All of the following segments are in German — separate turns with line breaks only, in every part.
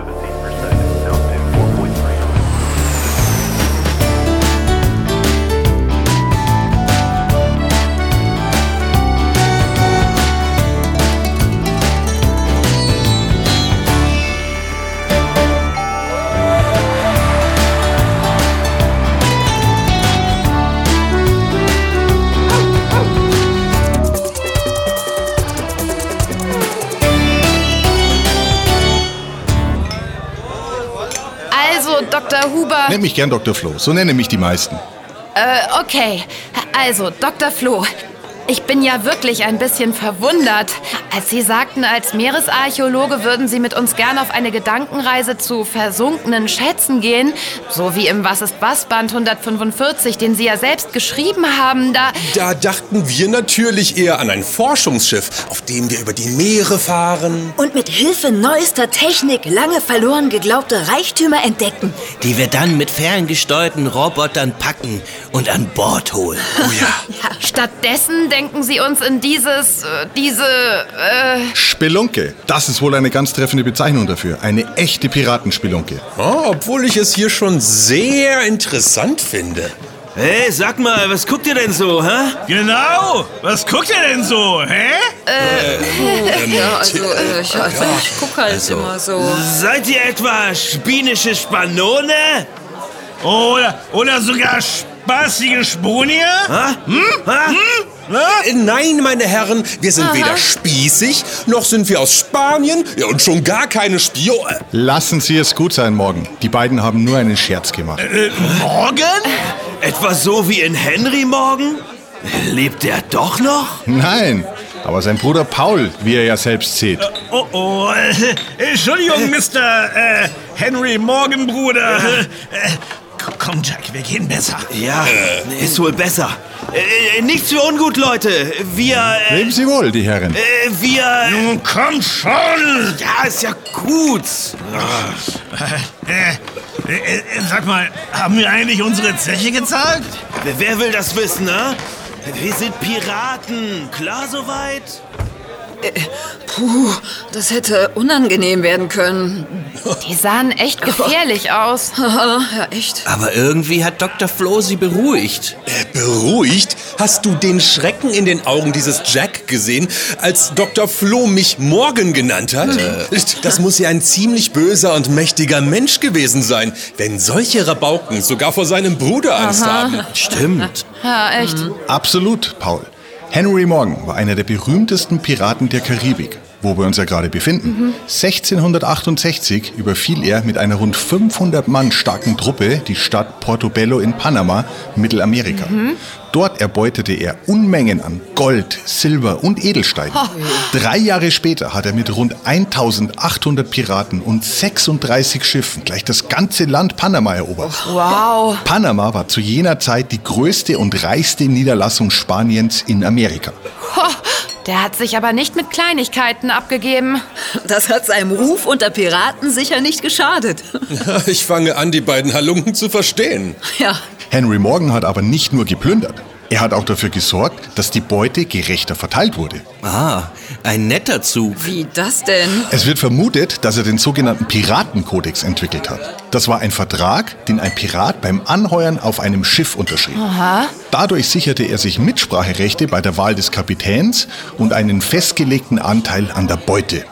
17 per second, altitude 4.3 knots.
Also, Dr. Huber.
Nenn mich gern Dr. Flo, so nennen mich die meisten.
Äh, okay. Also, Dr. Flo. Ich bin ja wirklich ein bisschen verwundert, als Sie sagten, als Meeresarchäologe würden Sie mit uns gern auf eine Gedankenreise zu versunkenen Schätzen gehen, so wie im Was ist was Band 145, den Sie ja selbst geschrieben haben. Da
Da dachten wir natürlich eher an ein Forschungsschiff, auf dem wir über die Meere fahren.
Und mit Hilfe neuester Technik lange verloren geglaubte Reichtümer entdecken.
die wir dann mit ferngesteuerten Robotern packen und an Bord holen.
Oh ja.
stattdessen denken Sie uns in dieses, äh, diese, äh,
Spelunke, das ist wohl eine ganz treffende Bezeichnung dafür. Eine echte Piratenspelunke.
Oh, obwohl ich es hier schon sehr interessant finde.
Hey, sag mal, was guckt ihr denn so, hä?
Genau! Was guckt ihr denn so, hä?
Ähm,
Ja, also, äh, ich, also, ich gucke halt immer so.
Seid ihr etwa spinische Spanone?
Oder, oder sogar spaßige Spunier? Hm?
Hä? Hä?
Äh, Nein, meine Herren, wir sind weder spießig, noch sind wir aus Spanien ja, und schon gar keine Spio. äh,
Lassen Sie es gut sein morgen. Die beiden haben nur einen Scherz gemacht.
Morgen?
Etwa so wie in Henry Morgan? Lebt er doch noch?
Nein, aber sein Bruder Paul, wie er ja selbst sieht.
Oh oh, äh, Entschuldigung, Mr. Äh, Henry Morgan, Bruder. Äh, k- komm, Jack, wir gehen besser.
Ja,
Ah,
ist wohl besser. Äh, nichts für ungut, Leute. Wir, äh,
Leben Sie wohl, die Herren.
äh, wir...
Nun komm schon!
Ja, ist ja gut.
Äh, äh, äh, sag mal, haben wir eigentlich unsere Zeche gezahlt?
Wer will das wissen, ne? Wir sind Piraten. Klar soweit?
Puh, das hätte unangenehm werden können.
die sahen echt gefährlich aus.
Haha, ja, echt.
Aber irgendwie hat Dr. Flo sie beruhigt.
Äh, Beruhigt? Hast du den Schrecken in den Augen dieses Jack gesehen, als Dr. Flo mich Morgan genannt
Hm.
hat? Äh, Das muss ja ein ziemlich böser und mächtiger Mensch gewesen sein, wenn solche Rabauken sogar vor seinem Bruder Angst haben.
Stimmt.
Ja, echt.
Absolut, Paul. Henry Morgan war einer der berühmtesten Piraten der Karibik, wo wir uns ja gerade befinden. 1668 überfiel er mit einer rund 500 Mann starken Truppe die Stadt Portobello in Panama, Mittelamerika. Dort erbeutete er Unmengen an Gold, Silber und Edelsteinen. Drei Jahre später hat er mit rund 1800 Piraten und 36 Schiffen gleich das ganze Land Panama erobert.
Wow.
Panama war zu jener Zeit die größte und reichste Niederlassung Spaniens in Amerika.
Ho, der hat sich aber nicht mit Kleinigkeiten abgegeben.
Das hat seinem Ruf unter Piraten sicher nicht geschadet.
Ich fange an, die beiden Halunken zu verstehen.
Ja,
Henry Morgan hat aber nicht nur geplündert. Er hat auch dafür gesorgt, dass die Beute gerechter verteilt wurde.
Ah, ein netter Zug.
wie das denn?
Es wird vermutet, dass er den sogenannten Piratenkodex entwickelt hat. Das war ein Vertrag, den ein Pirat beim Anheuern auf einem Schiff unterschrieb. Dadurch sicherte er sich Mitspracherechte bei der Wahl des Kapitäns und einen festgelegten Anteil an der Beute.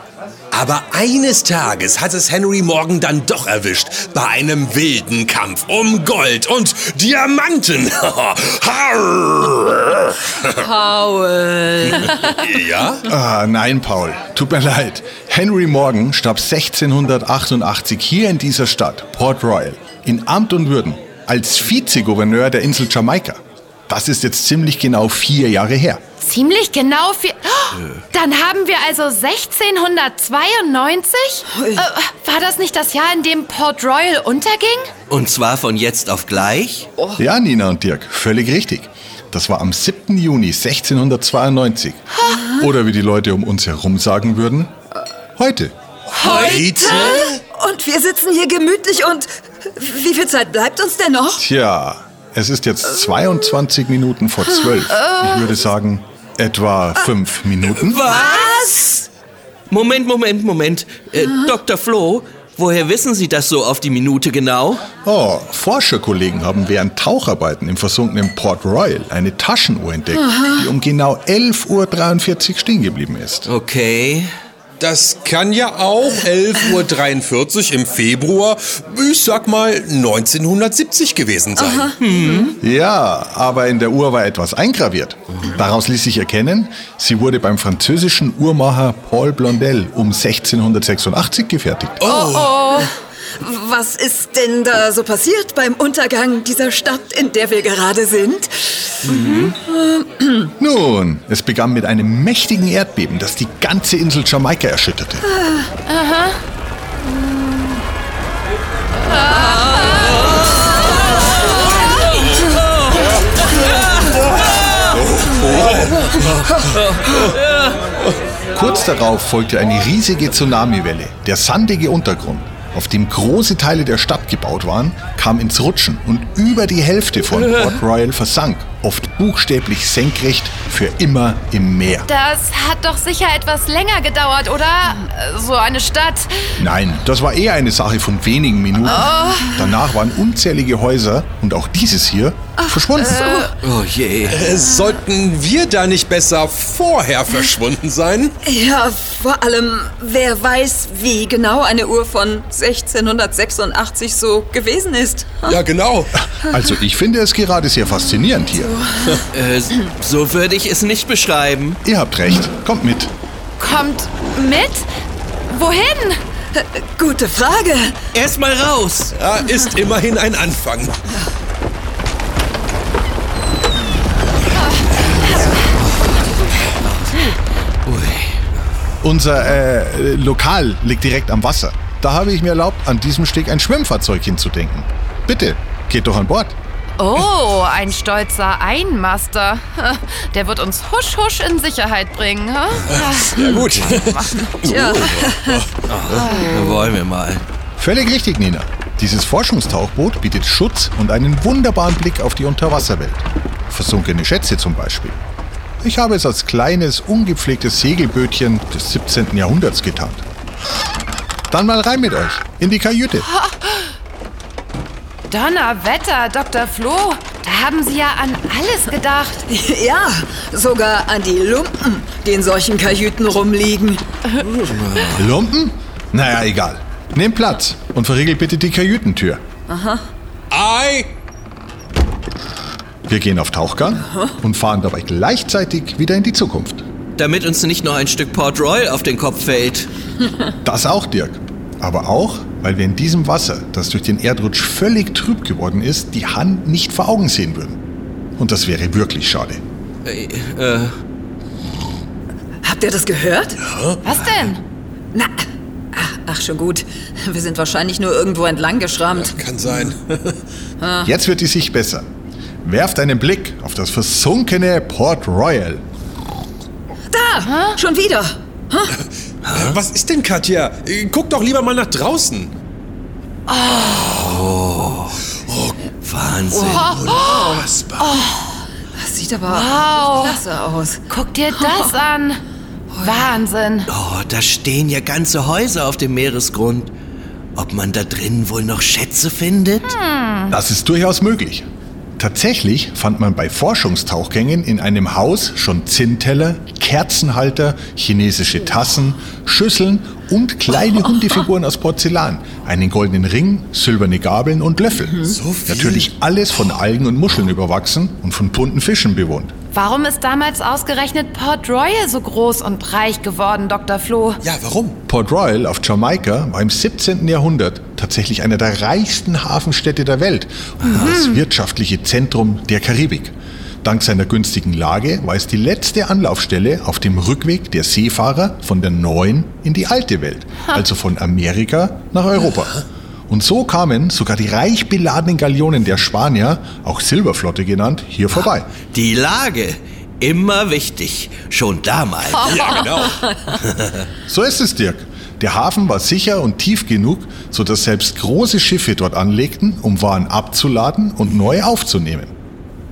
Aber eines Tages hat es Henry Morgan dann doch erwischt. Bei einem wilden Kampf um Gold und Diamanten. Harr.
Paul.
ja?
Ah, nein, Paul. Tut mir leid. Henry Morgan starb 1688 hier in dieser Stadt, Port Royal, in Amt und Würden, als Vizegouverneur der Insel Jamaika. Das ist jetzt ziemlich genau vier Jahre her.
Ziemlich genau vier. Dann haben wir also 1692? Äh, war das nicht das Jahr, in dem Port Royal unterging?
Und zwar von jetzt auf gleich?
Ja, Nina und Dirk, völlig richtig. Das war am 7. Juni 1692. Oder wie die Leute um uns herum sagen würden, heute.
Heute?
Und wir sitzen hier gemütlich und wie viel Zeit bleibt uns denn noch?
Tja, es ist jetzt 22 Minuten vor 12. Ich würde sagen, etwa fünf Minuten.
Was? Moment, Moment, Moment. Äh, Dr. Flo,
Woher wissen Sie das so auf die Minute genau?
Oh, Forscherkollegen haben während Taucharbeiten im versunkenen Port Royal eine Taschenuhr entdeckt, die um genau 11.43 Uhr stehen geblieben ist.
Okay.
Das kann ja auch 11.43 Uhr im Februar, ich sag mal 1970 gewesen sein.
Ja, aber in der Uhr war etwas eingraviert. Daraus ließ sich erkennen, sie wurde beim französischen Uhrmacher Paul Blondel um 1686 gefertigt.
Oh. Was ist denn da so passiert beim Untergang dieser Stadt, in der wir gerade sind?
Nun, es begann mit einem mächtigen Erdbeben, das die ganze Insel Jamaika erschütterte. Kurz darauf folgte eine riesige Tsunamiwelle. Der sandige Untergrund, auf dem große Teile der Stadt gebaut waren, kam ins Rutschen und über die Hälfte von Port Royal versank, oft buchstäblich senkrecht für immer im Meer.
Das hat doch sicher etwas länger gedauert, oder? Äh, So eine Stadt.
Nein, das war eher eine Sache von wenigen Minuten. Danach waren unzählige Häuser und auch dieses hier verschwunden.
Oh je.
Äh, Sollten wir da nicht besser vorher verschwunden sein?
Ja, vor allem, wer weiß, wie genau eine Uhr von 1686 so gewesen ist.
Ja, genau.
Also ich finde es gerade sehr faszinierend hier.
Äh, so würde ich es nicht beschreiben.
Ihr habt recht, kommt mit.
Kommt mit? Wohin?
Gute Frage.
Erstmal raus.
Ja, ist immerhin ein Anfang.
Unser äh, Lokal liegt direkt am Wasser. Da habe ich mir erlaubt, an diesem Steg ein Schwimmfahrzeug hinzudenken. Bitte, geht doch an Bord.
Oh, ein stolzer Einmaster. Der wird uns husch husch in Sicherheit bringen. ha?
Ja, gut.
Tja,
Wollen wir mal.
Völlig richtig, Nina. Dieses Forschungstauchboot bietet Schutz und einen wunderbaren Blick auf die Unterwasserwelt. Versunkene Schätze zum Beispiel. Ich habe es als kleines, ungepflegtes Segelbötchen des 17. Jahrhunderts getarnt. Dann mal rein mit euch, in die Kajüte.
Donnerwetter, Dr. Flo. Da haben Sie ja an alles gedacht.
ja, sogar an die Lumpen, die in solchen Kajüten rumliegen.
Lumpen? Naja, egal. Nehmt Platz und verriegelt bitte die Kajütentür.
Ei!
Wir gehen auf Tauchgang und fahren dabei gleichzeitig wieder in die Zukunft.
Damit uns nicht noch ein Stück Port Royal auf den Kopf fällt.
Das auch, Dirk. Aber auch, weil wir in diesem Wasser, das durch den Erdrutsch völlig trüb geworden ist, die Hand nicht vor Augen sehen würden. Und das wäre wirklich schade.
Äh, äh,
Habt ihr das gehört?
Was denn?
Na, ach, ach schon gut. Wir sind wahrscheinlich nur irgendwo entlang geschrammt.
Kann sein.
Jetzt wird die Sicht besser. Werft einen Blick auf das versunkene Port Royal.
Da, schon wieder.
Was ist denn, Katja? Äh, Guck doch lieber mal nach draußen. Oh,
Wahnsinn.
Das sieht aber wow. klasse aus.
Guck dir das an. Wahnsinn.
Oh, da stehen ja ganze Häuser auf dem Meeresgrund. Ob man da drin wohl noch Schätze findet?
Das ist durchaus möglich. Tatsächlich fand man bei Forschungstauchgängen in einem Haus schon Zinnteller, Kerzenhalter, chinesische Tassen, Schüsseln und kleine Hundefiguren aus Porzellan, einen goldenen Ring, silberne Gabeln und Löffel. So
viel?
Natürlich alles von Algen und Muscheln überwachsen und von bunten Fischen bewohnt.
Warum ist damals ausgerechnet Port Royal so groß und reich geworden, Dr. Flo?
Ja, warum?
Port Royal auf Jamaika war im 17. Jahrhundert tatsächlich einer der reichsten Hafenstädte der Welt und das wirtschaftliche Zentrum der Karibik. Dank seiner günstigen Lage war es die letzte Anlaufstelle auf dem Rückweg der Seefahrer von der neuen in die alte Welt, also von Amerika nach Europa. Und so kamen sogar die reich beladenen Galeonen der Spanier, auch Silberflotte genannt, hier vorbei.
Die Lage. Immer wichtig. Schon damals.
Ja, genau.
So ist es, Dirk. Der Hafen war sicher und tief genug, sodass selbst große Schiffe dort anlegten, um Waren abzuladen und neu aufzunehmen.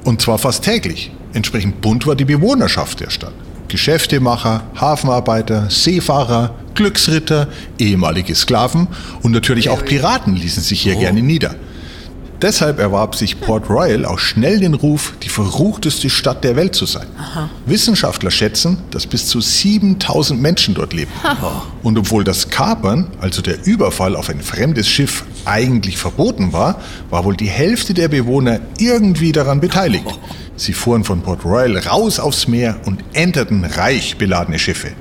Und zwar fast täglich. Entsprechend bunt war die Bewohnerschaft der Stadt. Geschäftemacher, Hafenarbeiter, Seefahrer, Glücksritter, ehemalige Sklaven und natürlich auch Piraten ließen sich hier gerne nieder. Deshalb erwarb sich Port Royal auch schnell den Ruf, die verruchteste Stadt der Welt zu sein. Wissenschaftler schätzen, dass bis zu 7000 Menschen dort leben. Und obwohl das Kapern, also der Überfall auf ein fremdes Schiff, eigentlich verboten war, war wohl die Hälfte der Bewohner irgendwie daran beteiligt. Sie fuhren von Port Royal raus aufs Meer und enterten reich beladene Schiffe.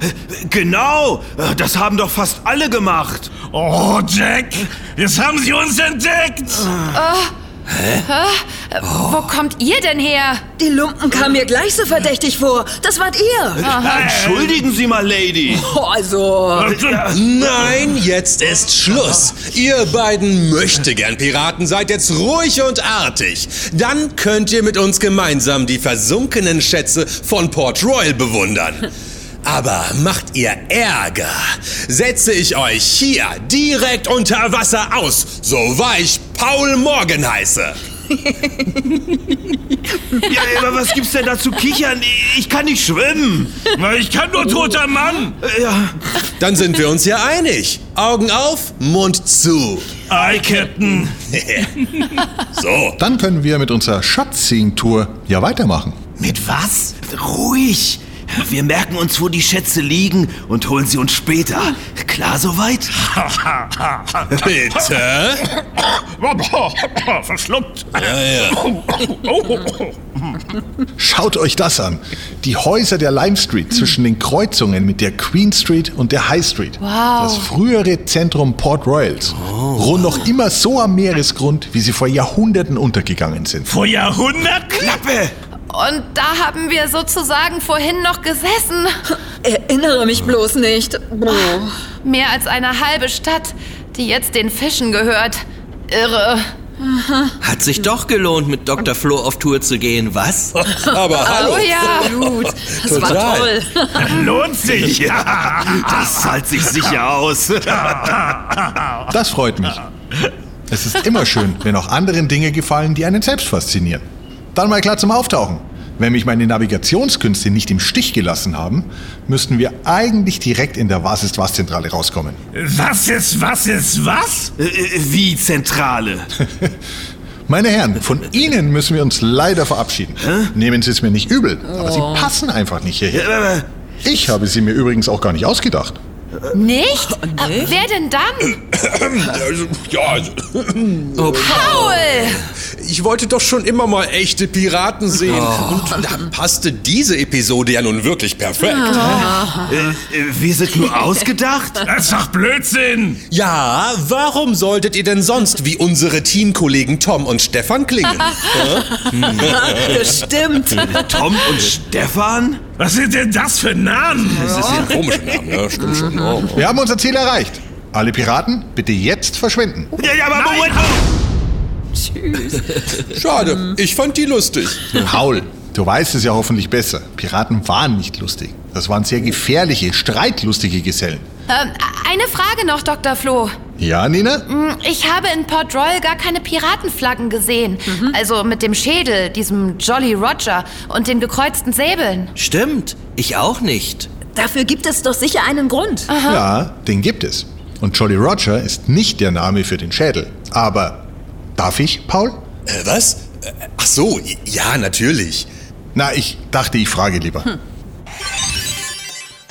Genau,
Äh,
das haben doch fast alle gemacht.
Oh, Jack, jetzt haben sie uns entdeckt.
Äh,
Wo kommt ihr denn her?
Die Lumpen kamen mir gleich so verdächtig vor. Das wart ihr.
Äh.
Entschuldigen Sie mal, Lady.
Oh, also.
äh,
Nein, jetzt ist Schluss. Ihr beiden möchte gern Piraten, seid jetzt ruhig und artig. Dann könnt ihr mit uns gemeinsam die versunkenen Schätze von Port Royal bewundern. Aber macht ihr Ärger, setze ich euch hier direkt unter Wasser aus, so wahr ich Paul Morgan heiße.
Ja, aber was gibt's denn da zu kichern? Ich kann nicht schwimmen. Äh,
Na, ich kann nur toter Mann.
Ja,
Dann sind wir uns ja einig. Augen auf, Mund zu.
Ei, Captain.
So.
Dann können wir mit unserer Schatzseeing-Tour ja weitermachen.
Mit was? Ruhig. Wir merken uns, wo die Schätze liegen und holen sie uns später. Klar soweit?
Bitte?
Verschluckt.
Ja, ja.
Schaut euch das an. Die Häuser der Lime Street zwischen den Kreuzungen mit der Queen Street und der High Street.
Wow.
Das frühere Zentrum Port Royals. Ruhen noch immer so am Meeresgrund, wie sie vor Jahrhunderten untergegangen sind.
Vor Jahrhunderten?
Klappe!
Und da haben wir sozusagen vorhin noch gesessen.
Erinnere mich bloß nicht. Oh.
Mehr als eine halbe Stadt, die jetzt den Fischen gehört. Irre.
Hat sich doch gelohnt, mit Dr. Flo auf Tour zu gehen, was?
Aber hallo.
Oh ja.
Gut, das war
Total.
toll.
Lohnt sich. Ja.
Das zahlt sich sicher aus.
Das freut mich. Es ist immer schön, wenn auch anderen Dinge gefallen, die einen selbst faszinieren. Dann mal klar zum Auftauchen. Wenn mich meine Navigationskünste nicht im Stich gelassen haben, müssten wir eigentlich direkt in der Was ist was Zentrale rauskommen.
Was ist, was ist, was?
Äh, äh, Wie Zentrale.
Meine Herren, von Ihnen müssen wir uns leider verabschieden. Nehmen Sie es mir nicht übel, aber Sie passen einfach nicht hierher.
Äh,
Ich habe sie mir übrigens auch gar nicht ausgedacht.
Nicht? Äh, Wer denn dann?
Also, ja, also,
Paul!
ich wollte doch schon immer mal echte Piraten sehen. Und da passte diese Episode ja nun wirklich perfekt.
Äh, äh, Wir sind nur ausgedacht?
Das ist doch Blödsinn.
Ja, warum solltet ihr denn sonst wie unsere Teamkollegen Tom und Stefan klingen?
Bestimmt.
Tom und Stefan?
Was sind denn das für Namen?
Das ist ja ein komischer Name, ja, stimmt schon. Oh.
Wir haben unser Ziel erreicht. Alle Piraten, bitte jetzt verschwinden.
Ja, ja, aber Moment!
Schade, ich fand die lustig.
Paul, du weißt es ja hoffentlich besser. Piraten waren nicht lustig. Das waren sehr gefährliche, streitlustige Gesellen.
Ähm, eine Frage noch, Dr. Flo.
Ja, Nina?
Ich habe in Port Royal gar keine Piratenflaggen gesehen. Also mit dem Schädel, diesem Jolly Roger und den gekreuzten Säbeln.
Stimmt, ich auch nicht.
Dafür gibt es doch sicher einen Grund.
Ah,
Ja, den gibt es. Und Jolly Roger ist nicht der Name für den Schädel. Aber darf ich, Paul?
Äh, was? Äh, Ach so, ja, natürlich.
Na, ich dachte, ich frage lieber.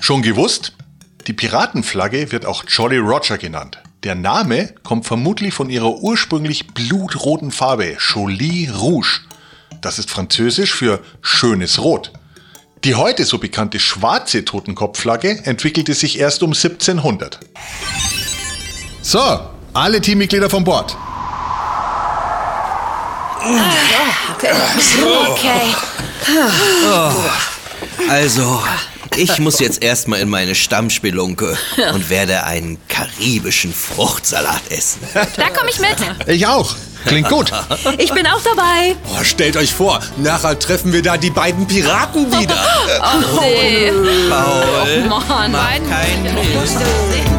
Schon gewusst? Die Piratenflagge wird auch Jolly Roger genannt. Der Name kommt vermutlich von ihrer ursprünglich blutroten Farbe, Jolie Rouge. Das ist französisch für schönes Rot. Die heute so bekannte schwarze Totenkopfflagge entwickelte sich erst um 1700. So, alle Teammitglieder von Bord.
Okay.
Also, ich muss jetzt erstmal in meine Stammspelunke und werde einen karibischen Fruchtsalat essen.
Da komme ich mit.
Ich auch. Klingt gut.
Ich bin auch dabei.
Oh, stellt euch vor, nachher treffen wir da die beiden Piraten wieder.
Oh, Nee. Oh,
Paul,
Mann,
mach keinen Mist.
Mist.